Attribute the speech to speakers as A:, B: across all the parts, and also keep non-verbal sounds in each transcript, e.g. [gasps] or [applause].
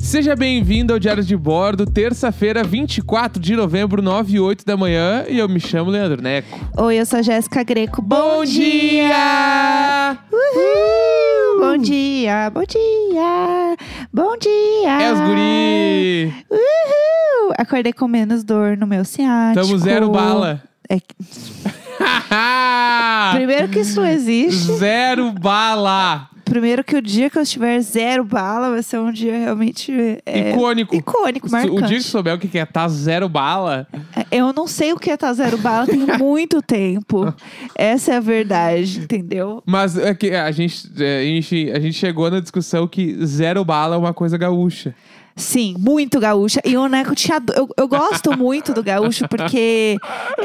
A: Seja bem-vindo ao Diário de Bordo, terça-feira, 24 de novembro, 9 e 8 da manhã. E eu me chamo Leandro Neco.
B: Oi, eu sou a Jéssica Greco. Bom,
A: dia!
B: Uhul! Bom dia, bom dia, bom dia.
A: É os guri!
B: Uhul! Acordei com menos dor no meu ciático.
A: Tamo zero bala.
B: Ah, É que- Primeiro que isso
A: [laughs]
B: não existe.
A: [laughs] zero bala!
B: Primeiro que o dia que eu estiver zero bala vai ser um dia realmente é,
A: Icônico.
B: icônico, marcante.
A: O dia que souber o que que é tá zero bala,
B: Eu não sei o que é tá zero
A: [laughs]
B: bala tem muito tempo. Essa é a verdade, entendeu?
A: Mas é que a gente, é, a gente, a gente chegou na discussão que zero bala é uma coisa gaúcha.
B: Sim, muito gaúcha. E o Neco tinha. do- Eu, eu gosto muito do gaúcho, porque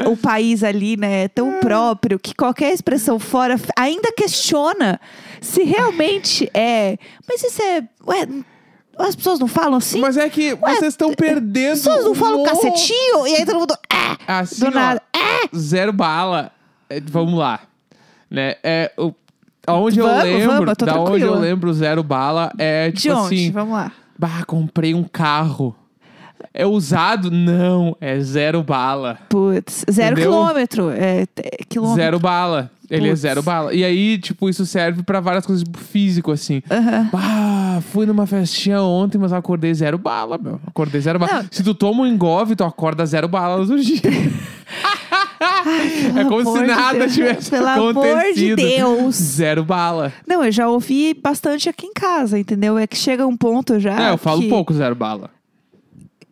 B: o país ali, né, é tão próprio que qualquer expressão fora f- ainda questiona se realmente é. Mas isso é. Ué, as pessoas não falam assim?
A: Mas é que vocês estão perdendo. um
B: as pessoas não
A: o
B: falam
A: novo-
B: cacetinho? E aí todo mundo. Ah!
A: Assim,
B: Do
A: ó,
B: nada.
A: Zero bala. É, vamos lá. Né? É, o, aonde eu
B: Vamos,
A: lembro,
B: vamos, eu tô
A: da onde
B: tranquila.
A: eu lembro zero bala é tipo
B: De onde?
A: assim,
B: Vamos lá.
A: bah, comprei um carro. É usado? Não, é zero bala.
B: Putz, zero
A: Entendeu?
B: quilômetro. É, é, quilômetro.
A: Zero bala. Ele é
B: Putz.
A: zero bala. E aí, tipo, isso serve pra várias coisas tipo, físico, assim.
B: Aham.
A: Bah, fui numa festinha ontem, mas eu acordei zero bala, meu. Acordei zero bala.
B: Não.
A: Se tu toma um engove, tu acorda zero bala no
B: [laughs]
A: dia. é
B: Pelo
A: como se
B: amor de
A: nada
B: Deus.
A: tivesse
B: Pelo
A: acontecido.
B: amor de Deus.
A: Zero bala.
B: Não, eu já ouvi bastante aqui em casa, entendeu? É que chega um ponto já.
A: é, eu falo
B: que,
A: pouco zero bala.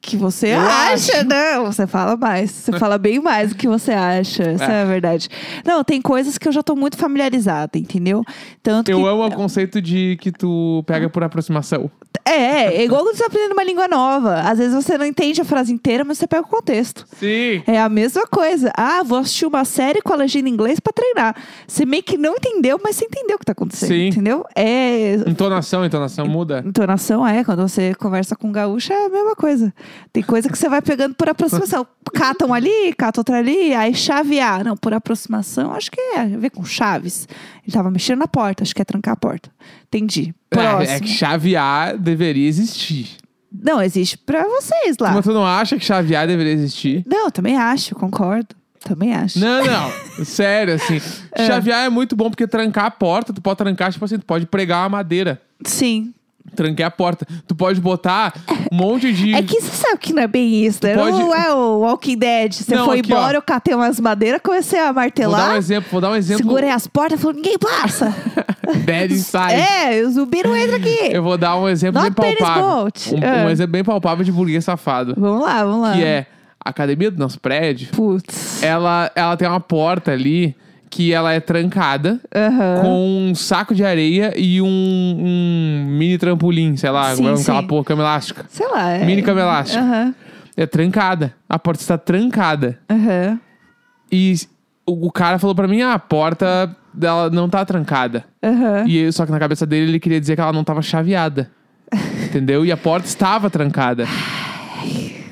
B: Que você
A: Eu
B: acha, não. Você fala mais. Você fala bem mais do que você acha.
A: [laughs]
B: Essa é a verdade. Não, tem coisas que eu já tô muito familiarizada, entendeu? Tanto
A: Eu
B: que.
A: amo o conceito de que tu pega por aproximação.
B: É, é, é igual quando você tá aprendendo uma língua nova. Às vezes você não entende a frase inteira, mas você pega o contexto.
A: Sim.
B: É a mesma coisa. Ah, vou assistir uma série com a legenda em inglês pra treinar. Você meio que não entendeu, mas você entendeu o que tá acontecendo,
A: Sim.
B: entendeu? É
A: Entonação, entonação muda.
B: Entonação é, quando você conversa com gaúcha, é a mesma coisa. Tem coisa que você vai pegando
A: [laughs]
B: por aproximação. Cata um ali, cata outra ali, aí chavear. Não, por aproximação, acho que é. A ver com chaves. Ele tava mexendo na porta, acho que é trancar a porta. Entendi.
A: É,
B: Próximo.
A: é que chavear deveria existir.
B: Não, existe pra vocês lá.
A: Mas tu não acha que chavear deveria existir?
B: Não, eu também acho, concordo. Também acho.
A: Não,
B: [laughs]
A: não. Sério, assim. Chavear é muito bom porque trancar a porta, tu pode trancar, tipo assim, tu pode pregar uma madeira.
B: Sim.
A: Tranquei a porta. Tu pode botar um monte de.
B: É que você sabe que não é bem isso, né?
A: Tu pode-
B: Não é o Walking Dead. Você
A: Não,
B: foi
A: aqui, ó.
B: embora, eu catei umas madeiras, comecei a
A: Vou dar um
B: martelar.
A: exemplo, vou dar um exemplo.
B: Segurei as portas e falou,
A: [laughs]
B: ninguém passa.
A: Dead inside.
B: [laughs] É, o zumbi não entra aqui.
A: Eu vou dar um exemplo
B: Not
A: bem
B: Penis
A: palpável.
B: Bolt.
A: Um,
B: É.
A: um exemplo bem palpável de burguês safado.
B: Vamos lá, vamos lá.
A: Que é a academia do nosso prédio.
B: Putz.
A: Ela, ela tem uma porta ali que ela é trancada
B: Aham.
A: com um saco de areia e um, um mini trampolim, sei lá,
B: Sim,
A: um
B: sim.
A: aquela porra, cama elástica.
B: Sei lá. É...
A: Mini cama elástica.
B: Aham,
A: É trancada. A porta está trancada.
B: aham,
A: E s- o o cara falou pra mim: ah, a porta dela não tá trancada.
B: aham.
A: E eu- só que na cabeça dele ele queria dizer que ela não tava
B: [laughs]
A: chaveada. Entendeu? E a porta estava trancada.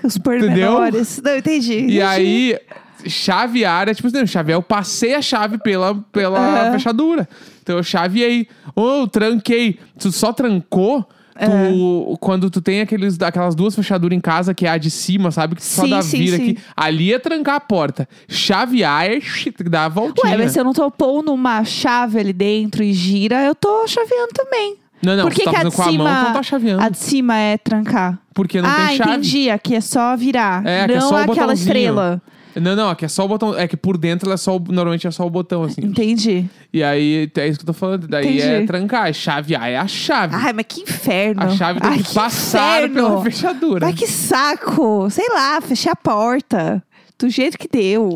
B: Os pormenores. Não, entendi.
A: E
B: entendi.
A: aí, chavear é tipo assim: não, chavear, eu passei a chave pela, pela
B: Aham.
A: fechadura. Então eu chaveei. Ou eu tranquei. Tu só trancou.
B: É.
A: Tu, quando tu tem aqueles, aquelas duas fechaduras em casa, que é a de cima, sabe? Que tu só
B: Sim,
A: dá
B: sim,
A: vira
B: sim.
A: aqui. Ali é trancar a porta. Chavear é shh, dar a voltinha.
B: Ué, mas se eu não tô pondo uma chave ali dentro e gira, eu tô chaveando também.
A: Não, não,
B: Por
A: se
B: que,
A: tá
B: que a
A: fazendo
B: de
A: com a mão, tu
B: cima.
A: não tá chaveando.
B: a de cima é trancar.
A: Porque não
B: ah,
A: tem chave.
B: entendi. Aqui é só virar.
A: É, aqui é
B: não
A: só o
B: aquela
A: botãozinho.
B: estrela.
A: Não, não, aqui é só o botão. É que por dentro ela é só o- normalmente é só o botão, assim.
B: Entendi.
A: E aí é isso que eu tô falando. Daí é
B: Entendi.
A: trancar. É chavear, é a chave.
B: Ai, mas que inferno.
A: a chave tem
B: Ai,
A: que, passar
B: inferno.
A: pela fechadura.
B: Mas que saco! Sei lá, fechei a porta. Do jeito que deu.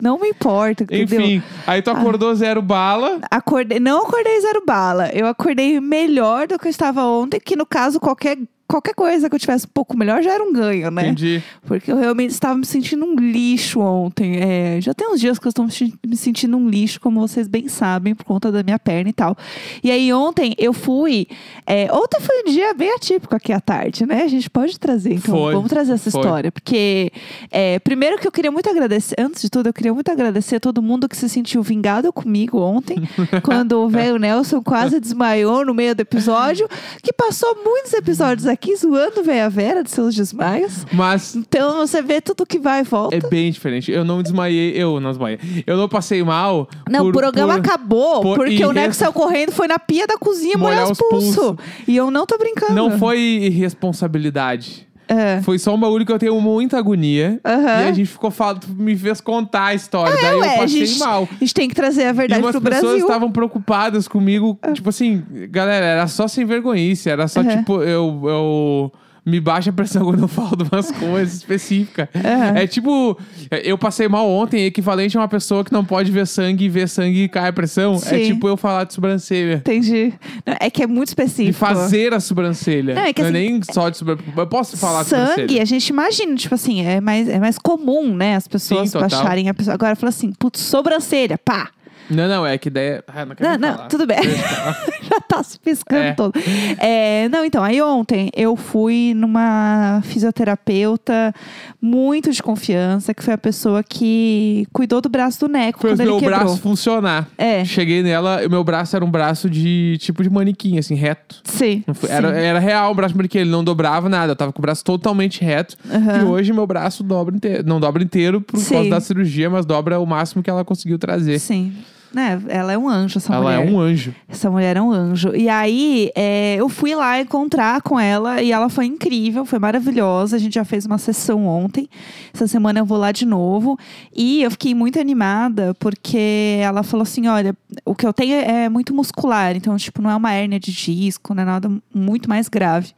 B: Não me importa, entendeu?
A: Enfim, aí tu acordou
B: Ah.
A: zero bala.
B: Acordei, não acordei zero bala. Eu acordei melhor do que eu estava ontem, que no caso, qualquer, qualquer coisa que eu tivesse um pouco melhor já era um ganho, né?
A: Entendi.
B: Porque eu realmente estava me sentindo um lixo ontem. É, já tem uns dias que eu estou me senti- me sentindo um lixo, como vocês bem sabem, por conta da minha perna e tal. E aí ontem eu fui. é, ontem foi um dia bem atípico aqui à tarde, né? A gente pode trazer, então
A: Foi.
B: vamos trazer essa
A: Foi.
B: história. Porque, é, primeiro que eu queria muito agradecer, antes de tudo, eu queria muito agradecer a todo mundo que se sentiu vingado comigo
A: [laughs]
B: ontem, quando o velho Nelson quase desmaiou no meio do episódio, que passou muitos episódios aqui zoando velha Vera de seus desmaios.
A: Mas
B: Então você vê tudo que vai e volta.
A: é bem diferente. Eu não desmaiei, eu não desmaiei. Eu não passei mal.
B: Não,
A: por,
B: o programa
A: por-
B: acabou,
A: por-
B: porque
A: e
B: o Neco
A: res-
B: saiu correndo, foi na pia da cozinha molhar os pulsos. E eu não tô brincando.
A: Não foi irresponsabilidade.
B: É.
A: Foi só um bagulho que eu tenho muita agonia.
B: Aham. É,
A: E a gente ficou falando, tu me fez contar a história. daí
B: Ué,
A: eu
B: a,
A: passei
B: gente,
A: mal.
B: a gente tem que trazer a
A: E
B: verdade
A: umas
B: pro
A: pessoas
B: Brasil. Ah.
A: estavam preocupadas comigo, tipo assim, galera, era só sem vergonhice, era só
B: Aham.
A: tipo, eu, eu me baixa a pressão [laughs] quando eu falo de umas coisas específicas. É tipo, eu passei mal ontem, equivalente a uma pessoa que não pode ver sangue e vê sangue e cai a pressão. É
B: Sim.
A: tipo eu falar de sobrancelha.
B: Entendi. Não, é que é muito específico.
A: De fazer a sobrancelha.
B: Não, é que assim,
A: nem só de sobrancelha. Eu posso falar de
B: sangue,
A: sobrancelha.
B: a gente imagina, tipo assim, é mais, é mais comum, né? As pessoas
A: Sim, total.
B: baixarem a pessoa. Agora fala assim, putz, sobrancelha, pá.
A: Não, não, é que ideia. Ah, não quero
B: Não,
A: nem
B: não,
A: falar.
B: tudo bem. [laughs] Já tá se piscando
A: É.
B: todo. É, não, então, aí ontem eu fui numa fisioterapeuta muito de confiança, que foi a pessoa que cuidou do braço do Neco
A: Foi o
B: quando ele
A: meu
B: quebrou.
A: braço funcionar.
B: É.
A: Cheguei nela, o meu braço era um braço de tipo de manequim, assim, reto.
B: Sim.
A: Não foi- Era,
B: sim.
A: era real o braço de manequim, ele não dobrava nada. Eu tava com o braço totalmente reto.
B: Aham.
A: E hoje meu braço dobra inteiro. Não dobra inteiro por
B: Sim.
A: causa da cirurgia, mas dobra o máximo que ela conseguiu trazer.
B: Sim. Né, ela é um anjo, essa
A: ela
B: mulher.
A: é um anjo.
B: Essa mulher é um anjo. E aí, é, eu fui lá encontrar com ela e ela foi incrível, foi maravilhosa. A gente já fez uma sessão ontem. Essa semana eu vou lá de novo. E eu fiquei muito animada porque ela falou assim: olha, o que eu tenho é muito muscular, então, tipo, não é uma hérnia de disco, não é nada muito mais grave.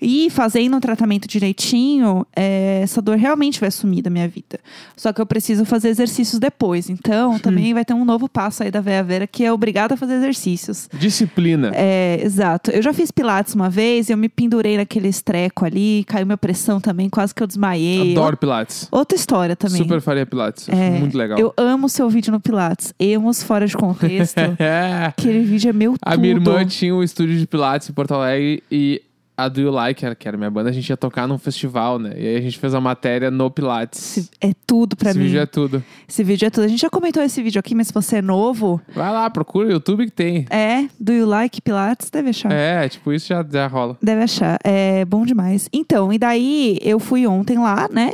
B: E fazendo o tratamento direitinho, é, essa dor realmente vai sumir da minha vida. Só que eu preciso fazer exercícios depois.
A: Hum.
B: Então, também vai ter um novo passo aí da Veia Vera, que é obrigada a fazer exercícios.
A: Disciplina.
B: É, exato. Eu já fiz pilates uma vez, eu me pendurei naquele estreco ali, caiu minha pressão também, quase que eu desmaiei.
A: Adoro Pilates.
B: Ou- Outra história também.
A: Super faria Pilates. Acho
B: É,
A: Muito legal. [laughs]
B: Eu amo seu vídeo no Pilates. Emos fora de contexto.
A: É.
B: Aquele vídeo é meu
A: A
B: tudo.
A: minha irmã tinha um estúdio de Pilates em Porto Alegre e a Do You Like, que era- que era minha banda, a gente ia tocar num festival, né? E aí a gente fez a matéria no Pilates.
B: Esse- é tudo pra
A: Esse
B: mim.
A: vídeo é tudo.
B: Esse vídeo é tudo. A gente já comentou esse vídeo aqui, mas se você é novo,
A: Vai lá, procura o YouTube que tem.
B: é do You Like Pilates, deve achar.
A: É, tipo, isso já, já rola.
B: Deve achar. É bom demais. Então, e daí eu fui ontem lá, né?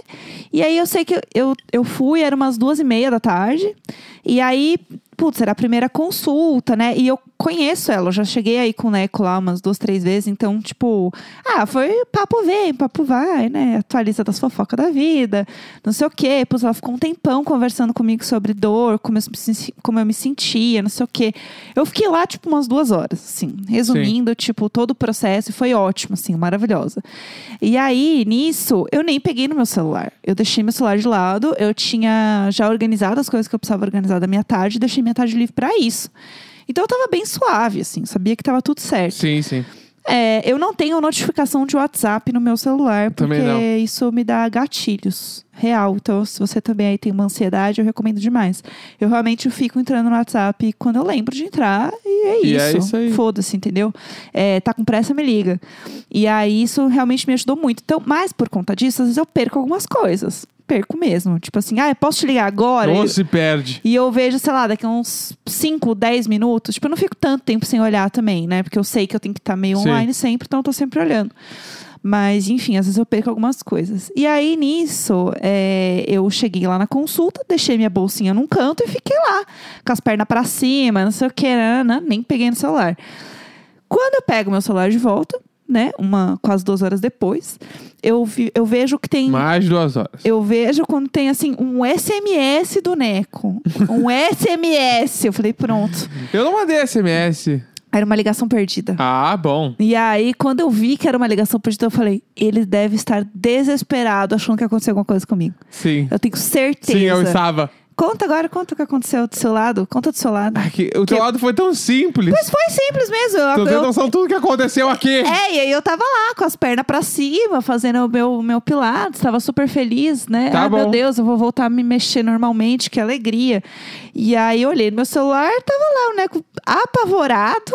B: E aí eu sei que eu, eu, eu fui, era umas duas e meia da tarde. E aí, putz, era a primeira consulta, né? E eu conheço ela, eu já cheguei aí com o Neco lá umas duas, três vezes. Então, tipo, ah, foi papo vem, papo vai, né? Atualiza das fofocas da vida, não sei o quê. Putz, ela ficou um tempão conversando comigo sobre dor, como eu, se- como eu me sentia, não sei o quê. Eu fiquei lá, tipo, umas duas horas, assim, resumindo, tipo, todo o processo. E foi ótimo, assim, maravilhosa. E aí, nisso, eu nem peguei no meu celular. Eu deixei meu celular de lado, eu tinha já organizado as coisas que eu precisava organizar da minha tarde, e deixei minha tarde livre pra isso. Então eu tava bem suave, assim, sabia que tava tudo certo.
A: Sim, sim.
B: É, eu não tenho notificação de WhatsApp no meu celular,
A: Também
B: porque
A: não.
B: isso me dá gatilhos. Real. Então, se você também aí tem uma ansiedade, eu recomendo demais. Eu realmente fico entrando no WhatsApp quando eu lembro de entrar e é
A: E
B: isso.
A: é isso aí.
B: Foda-se, entendeu? É, tá com pressa, me liga. E aí, isso realmente me ajudou muito. Então, mas por conta disso, às vezes eu perco algumas coisas. Perco mesmo. Tipo assim, ah, eu posso te ligar agora?
A: Não
B: Eu-
A: se perde.
B: e eu vejo, sei lá, daqui a uns 5, 10 minutos. Tipo, eu não fico tanto tempo sem olhar também, né? Porque eu sei que eu tenho que estar meio
A: Sim.
B: online sempre, então eu tô sempre olhando. Mas, enfim, às vezes eu perco algumas coisas. E aí, nisso, é, eu cheguei lá na consulta, deixei minha bolsinha num canto e fiquei lá, com as pernas pra cima, não sei o que, nanana, nem peguei no celular. Quando eu pego meu celular de volta, né? Uma, quase duas horas depois, eu, vi- eu vejo que tem.
A: Mais duas horas.
B: Eu vejo quando tem assim um SMS do Neco. Um SMS. Eu falei, pronto.
A: Eu não mandei SMS.
B: Era uma ligação perdida.
A: Ah, bom.
B: E aí, quando eu vi que era uma ligação perdida, eu falei, ele deve estar desesperado, achando que aconteceu alguma coisa comigo.
A: Sim.
B: Eu tenho certeza.
A: Sim, eu estava.
B: Conta agora, conta o que aconteceu do seu lado. Conta do seu lado.
A: Ah, que- o teu
B: Que-
A: lado foi tão simples.
B: Mas foi simples mesmo. Eu-
A: Tu não tem
B: eu-
A: noção de tudo que aconteceu aqui. [laughs]
B: É, e aí eu tava lá com as pernas pra cima, fazendo o meu, meu pilates, tava super feliz, né?
A: Tá
B: ah, meu
A: bom.
B: Deus, eu vou voltar a me mexer normalmente, que alegria. E aí eu olhei no meu celular, tava lá o Neco apavorado,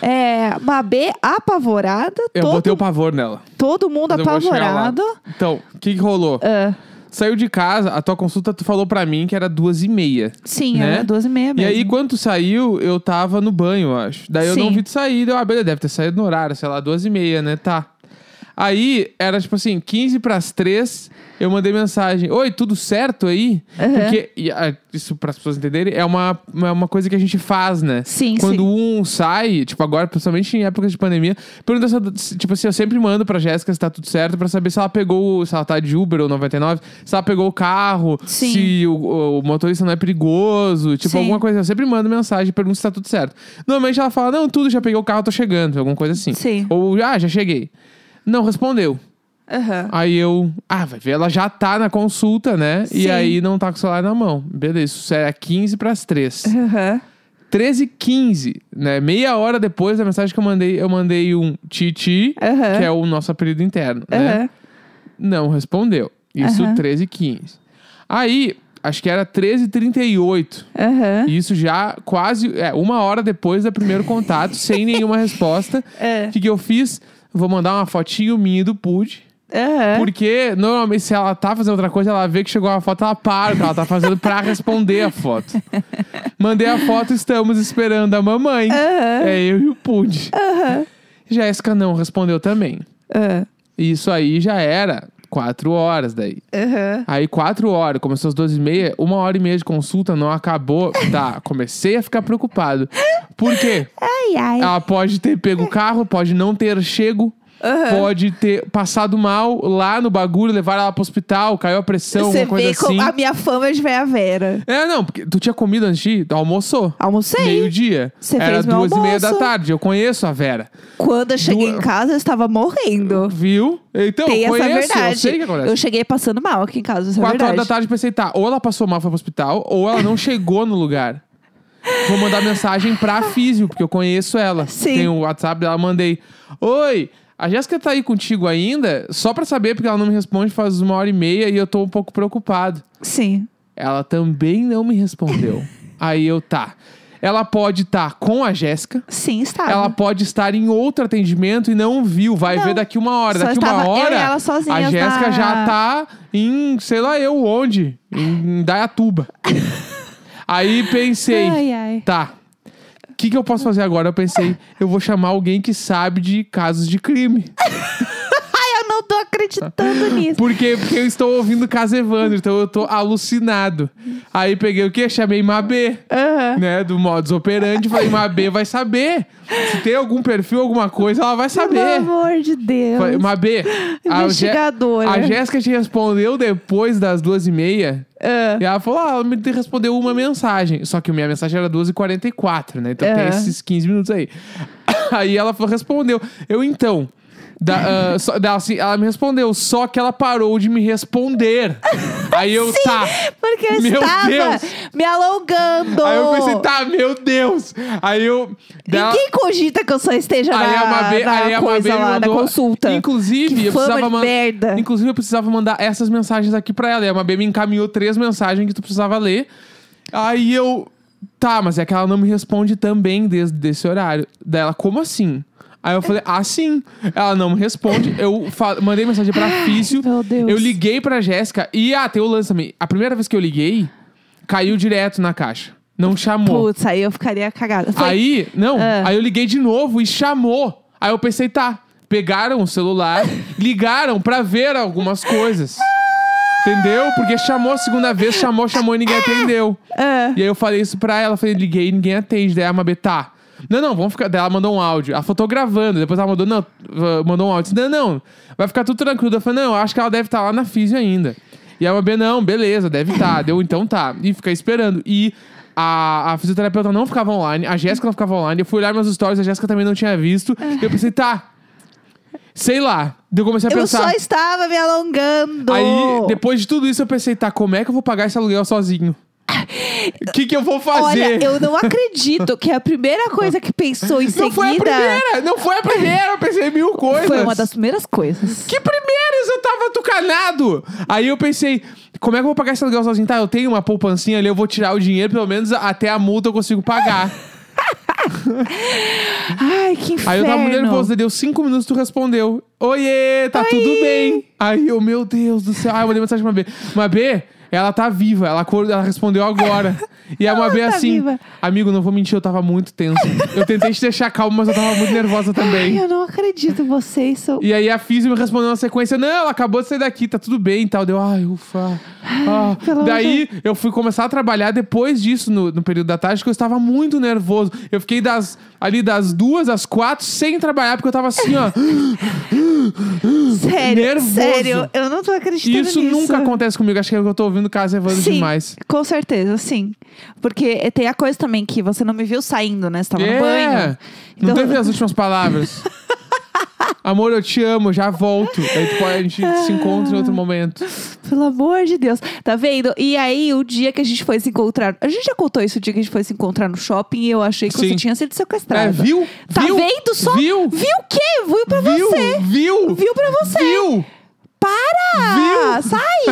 B: é, Mabê apavorada,
A: Eu
B: todo,
A: botei o pavor nela.
B: todo mundo
A: mas eu vou chegar lá.
B: apavorado.
A: Então, o que, que rolou?
B: Ah,
A: Saiu de casa, a tua consulta tu falou pra mim que era duas e meia.
B: sim,
A: Né?
B: era 12 e meia
A: E
B: mesmo.
A: aí, quando tu saiu, eu tava no banho, eu acho. Daí eu
B: Sim.
A: não vi tu sair. Deu, ah, beleza, deve ter saído no horário, sei lá, duas e meia, né? Tá. Aí era tipo assim, 15 pras 3, eu mandei mensagem: Oi, tudo certo aí?
B: Aham.
A: Porque, e, ah, isso pras pessoas entenderem, é uma, é uma coisa que a gente faz, né?
B: Sim,
A: Quando
B: sim.
A: um sai, tipo agora, principalmente em épocas de pandemia, pergunta se, tipo assim, eu sempre mando pra Jéssica se tá tudo certo, pra saber se ela pegou, se ela tá de Uber ou 99, se ela pegou o carro,
B: Sim.
A: se o, o motorista não é perigoso, tipo
B: Sim.
A: alguma coisa. Eu sempre mando mensagem, pergunto se tá tudo certo. Normalmente ela fala, não, tudo, já peguei o carro, tô chegando, alguma coisa assim.
B: Sim.
A: Ou, ah, já cheguei. Não respondeu.
B: Aham.
A: Aí eu, ah, vai ver, ela já tá na consulta, né?
B: Sim.
A: E aí não tá com o celular na mão. Beleza, isso é era 15 pras 3.
B: Aham.
A: 13 h 15, né? Meia hora depois da mensagem que eu mandei, eu mandei um Titi,
B: Aham.
A: que é o nosso apelido interno, né?
B: Aham.
A: Não respondeu. Isso
B: Aham.
A: 13 h 15. Aí, acho que era 13 h 38.
B: Aham.
A: Isso já quase é, uma hora depois do primeiro
B: [laughs]
A: contato, sem nenhuma resposta.
B: É.
A: O que, que eu fiz? Vou mandar uma fotinho minha do Pud.
B: Aham.
A: Porque normalmente se ela tá fazendo outra coisa, ela vê que chegou uma foto, ela para o que ela tá fazendo
B: [laughs]
A: pra responder a foto. Mandei a foto, estamos esperando a mamãe.
B: Aham.
A: É eu e o Pude.
B: Aham.
A: Jéssica não respondeu também.
B: Aham.
A: E Isso aí já era quatro horas daí.
B: Aham.
A: Aí quatro horas, começou às 12 e meia, uma hora e meia de consulta, não acabou. Tá, comecei a ficar preocupado. Por quê?
B: Ai, ai.
A: Ela pode ter pego o carro, pode não ter chego. Pode ter passado mal lá no bagulho, levaram ela pro hospital, caiu a pressão,
B: Você
A: alguma coisa
B: vê
A: assim.
B: como a minha fama de véia Vera.
A: É, não, porque tu tinha comido antes de ir, tu almoçou.
B: Almocei.
A: Meio-dia.
B: Você
A: Era
B: fez meu
A: duas e meia da
B: almoço.
A: tarde. Eu conheço a Vera.
B: Quando eu cheguei em casa, eu estava morrendo.
A: Viu? Então,
B: Tem
A: eu
B: essa
A: conheço,
B: verdade.
A: eu sei o que acontece.
B: Eu cheguei passando mal aqui em casa, essa é
A: Quatro
B: verdade.
A: horas da tarde pensei, tá, ou ela passou mal, foi pro hospital, ou ela não chegou no lugar. Vou mandar mensagem pra Físio, porque eu conheço ela.
B: Sim.
A: Tem o WhatsApp dela, mandei. Oi, a Jéssica tá aí contigo ainda? Só pra saber, porque ela não me responde faz uma hora e meia e eu tô um pouco preocupado.
B: Sim.
A: Ela também não me
B: [laughs]
A: respondeu. aí eu, tá. Ela pode estar com a Jéssica.
B: Sim, estava.
A: Ela pode estar em outro atendimento e não viu. Vai
B: Não.
A: ver daqui uma hora.
B: Só
A: daqui uma
B: estava eu
A: hora.
B: e ela sozinhas
A: a Jéssica
B: na-
A: já tá em, sei lá eu onde. Em
B: [laughs]
A: Dayatuba. Aí pensei,
B: Ai, ai.
A: tá. O que, que eu posso fazer agora? Eu pensei, eu vou chamar alguém que sabe de casos de crime.
B: Ai, É, eu não tô
A: Tá.
B: acreditando nisso.
A: Porque, porque eu estou ouvindo caso Evandro, então eu tô alucinado. Aí peguei o quê? Chamei Mabê.
B: Aham.
A: né, do modus operandi, falei, Mabê vai saber. Se tem algum perfil, alguma coisa, ela vai
B: Pelo
A: saber.
B: amor de Deus.
A: Falei, Mabê, a Jé-
B: Investigadora.
A: a Jéssica te respondeu depois das duas e meia.
B: Ah,
A: E ela falou, ah, ela me respondeu uma mensagem. Só que minha mensagem era 12h44, né? Então
B: É.
A: tem esses 15 minutos aí. [coughs] Aí ela falou, respondeu. Eu, então... da- ah, [coughs] só- da- assim, ela me respondeu, só que ela parou de me responder. Aí eu, tá...
B: porque eu
A: Meu
B: estava
A: Deus.
B: me alongando.
A: Aí eu pensei, tá, meu Deus. Aí eu... dela-
B: Ninguém cogita que eu só esteja
A: Aí
B: na,
A: a Mabê,
B: na
A: aí a
B: coisa
A: Mabê me
B: lá,
A: mandou-
B: na consulta.
A: Inclusive,
B: Que
A: eu
B: fama
A: precisava
B: de
A: man-
B: merda.
A: Inclusive, eu precisava mandar essas mensagens aqui pra ela. E a Mabê me encaminhou três mensagens que tu precisava ler. Aí eu. Tá, mas é que ela não me responde também desde desse horário. Daí ela, como assim? Aí eu falei, ah, sim. Ela não me responde. Eu fa- mandei mensagem pra
B: [gasps]
A: Físio.
B: meu Deus.
A: Eu liguei pra Jéssica. E, ah, tem o lance também. A primeira vez que eu liguei, caiu direto na caixa. Não chamou.
B: Putz, aí eu ficaria cagada. Foi-
A: Aí, não,
B: Ah.
A: aí eu liguei de novo e chamou. Aí eu pensei, tá, pegaram o celular, [laughs] ligaram pra ver algumas coisas. Entendeu? Porque chamou a segunda vez, chamou, chamou e ninguém atendeu.
B: Ah,
A: E aí eu falei isso pra ela, falei, liguei e ninguém atende. Daí a Mabê, tá. Não, não, vamos ficar. Daí ela mandou um áudio. Ela falou, tô gravando. Depois ela mandou, não, v- mandou um áudio. Disse, Não, não, vai ficar tudo tranquilo. Eu falei, não, eu acho que ela deve estar lá na física ainda. E a Mabê, não, beleza, deve estar. Deu, então tá. E fica esperando. E a, a fisioterapeuta não ficava online, a Jéssica não ficava online. Eu fui olhar meus stories, a Jéssica também não tinha visto.
B: É.
A: E eu pensei, tá. Sei lá. Daí eu comecei a
B: eu
A: pensar.
B: só estava me alongando.
A: Aí, depois de tudo isso, eu pensei, tá, como é que eu vou pagar esse aluguel sozinho? O que, que eu vou fazer?
B: Olha, eu não acredito que é a primeira coisa que pensou em
A: Não foi a
B: seguida
A: primeira! Não foi a primeira! Eu pensei mil coisas.
B: foi uma das primeiras coisas.
A: Que primeiras? Eu tava tucanado! Aí eu pensei, como é que eu vou pagar esse aluguel sozinho? Tá, eu tenho uma poupancinha ali, eu vou tirar o dinheiro, pelo menos até a multa eu consigo pagar.
B: Ai, que inferno.
A: Aí eu tava muito nervoso, deu cinco minutos, tu Ah, respondeu. Oiê, tá tudo bem. Aí eu, meu Deus do céu. Aí eu mandei mensagem pra Mabê. Mabê, Ela tá viva, ela, acor- ela respondeu agora. E a Mabê
B: tá
A: assim,
B: viva.
A: amigo, não vou mentir, eu tava muito tenso. Eu tentei te deixar calmo, mas eu tava muito nervosa também.
B: Ai, eu não acredito, vocês são.
A: E aí a Fizz me respondeu na sequência: Não, ela acabou de sair daqui, tá tudo bem e tal. Deu, ai, ufa. Ah.
B: pelo
A: Daí eu fui começar a trabalhar depois disso, no, no período da tarde, que eu estava muito nervoso. Eu fiquei das, ali das duas às quatro sem trabalhar, porque eu tava assim,
B: [laughs]
A: ó.
B: Sério,
A: nervoso.
B: sério, eu não tô
A: E
B: acreditando
A: isso
B: nisso. né?"
A: nunca acontece comigo. Acho que é o que eu tô ouvindo caso Evandro
B: Sim,
A: demais.
B: com certeza, sim. Porque tem a coisa também que você não me viu saindo, né? Você tava no banho.
A: É.
B: Então-
A: Não teve as últimas
B: [laughs]
A: palavras. Amor, eu te amo, já volto. Daí tipo, a gente se encontra em outro momento.
B: Pelo amor de Deus. Tá vendo? E aí, o dia que a gente foi se encontrar. A gente já contou isso, o dia que a gente foi se encontrar no shopping e eu achei que você
A: Sim.
B: tinha sido sequestrado.
A: É, viu?
B: Tá
A: viu?
B: vendo só?
A: Viu?
B: Viu o quê? Viu pra
A: Viu?
B: você.
A: Viu?
B: Viu pra você.
A: Viu? [laughs]
B: Para! Sai!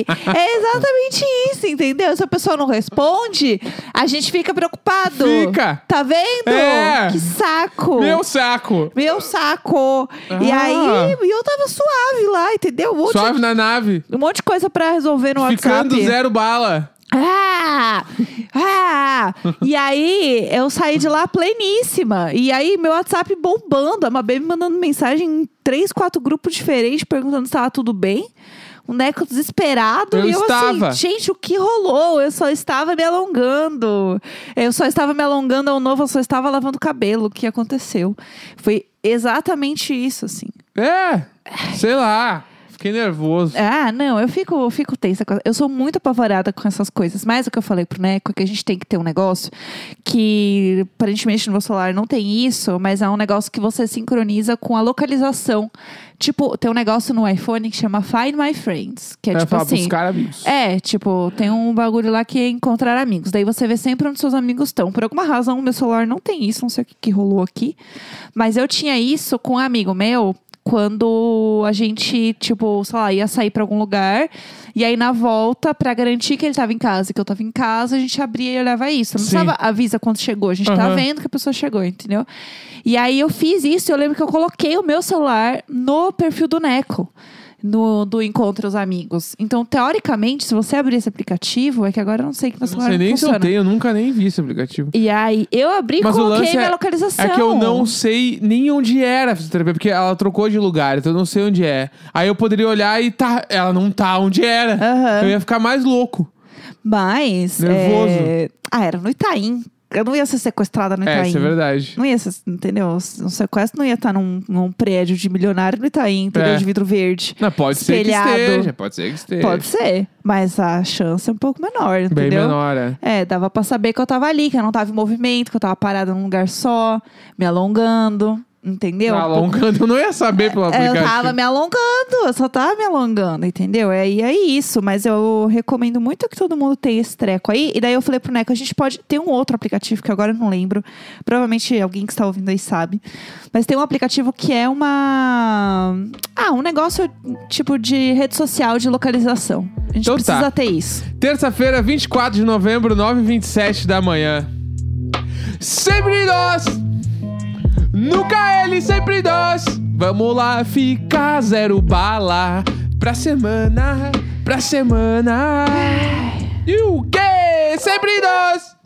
B: é exatamente isso, entendeu? Se a pessoa não responde, a gente fica preocupado.
A: Fica.
B: Tá vendo?
A: É.
B: Que saco!
A: Meu saco.
B: Meu saco! E
A: Ah.
B: aí, e eu tava suave lá, entendeu? Um monte,
A: Suave na nave.
B: um monte de coisa pra resolver no
A: Ficando
B: WhatsApp.
A: zero bala.
B: Ah! Ah! E aí, eu saí de lá pleníssima. E aí, meu WhatsApp bombando. A Mabê me mandando mensagem em três, quatro grupos diferentes, perguntando se estava tudo bem. O Neco desesperado.
A: Eu
B: e eu
A: estava.
B: assim, gente, o que rolou? Eu só estava me alongando. Eu só estava me alongando ao novo, eu só estava lavando cabelo. O que aconteceu? Foi exatamente isso, assim.
A: É. Sei lá. Fiquei nervoso.
B: Ah, não, eu fico, eu fico tensa. com- Eu sou muito apavorada com essas coisas. Mas o que eu falei pro Neco é que a gente tem que ter um negócio que, aparentemente, no meu celular não tem isso, mas é um negócio que você sincroniza com a localização. Tipo, tem um negócio no iPhone que chama Find My Friends, que é,
A: Pra
B: tipo
A: falar pros
B: assim.
A: caras amigos.
B: É, tipo, tem um bagulho lá que é encontrar amigos. Daí você vê sempre onde seus amigos estão. Por alguma razão, o meu celular não tem isso, não sei o que, que rolou aqui. Mas eu tinha isso com um amigo meu quando a gente, tipo, sei lá, ia sair pra algum lugar. E aí, na volta, pra garantir que ele tava em casa e que eu tava em casa, a gente abria e olhava isso. Não
A: Sim.
B: precisava avisa quando chegou. A gente tá
A: Aham.
B: vendo que a pessoa chegou, entendeu? E aí eu fiz isso, eu lembro que eu coloquei o meu celular no perfil do Neco. No, do Encontro os Amigos. Então, teoricamente, se você abrir esse aplicativo, é que agora eu não sei que meu
A: Não
B: celular
A: sei nem se eu
B: funciona.
A: tenho, eu nunca nem vi esse aplicativo.
B: E aí, eu abri e
A: Mas o
B: coloquei
A: lance
B: minha
A: é-
B: localização.
A: É que eu não sei nem onde era a fisioterapia, porque ela trocou de lugar, então eu não sei onde é. Aí eu poderia olhar e tá, ela não tá onde era.
B: Aham.
A: Eu ia ficar mais louco.
B: Mas.
A: Nervoso.
B: é, Ah, era no Itaim. Eu não ia ser sequestrada no Itaim.
A: É, isso é verdade.
B: Não ia ser, entendeu? Um sequestro não ia estar num, num prédio de milionário no Itaim, entendeu?
A: É.
B: De vidro verde.
A: Não, pode ser
B: Espelhado.
A: que esteja, pode ser que esteja.
B: Pode ser. Mas a chance é um pouco menor, entendeu?
A: É. Bem menor, é.
B: É, dava pra saber que eu tava ali, que eu não tava em movimento, que eu tava parada num lugar só, me alongando, entendeu? Um pouco-
A: Alongando, Tá eu não ia saber pelo
B: É,
A: aplicativo.
B: Eu tava me alongando, eu só tava me alongando, entendeu? É, e é isso, mas eu recomendo muito que todo mundo tenha esse treco aí. E daí eu falei pro Neco, a gente pode ter um outro aplicativo, que agora eu não lembro. Provavelmente alguém que está ouvindo aí sabe. Mas tem um aplicativo que é uma... Ah, um negócio tipo de rede social, de localização. A gente
A: Então tá.
B: precisa ter isso.
A: Terça-feira, 24 de novembro, 9h27 da manhã. Sempre nós! Nunca ele, sempre nós! Vamos lá, fica zero bala pra semana, pra semana. E o quê? Sempre nós!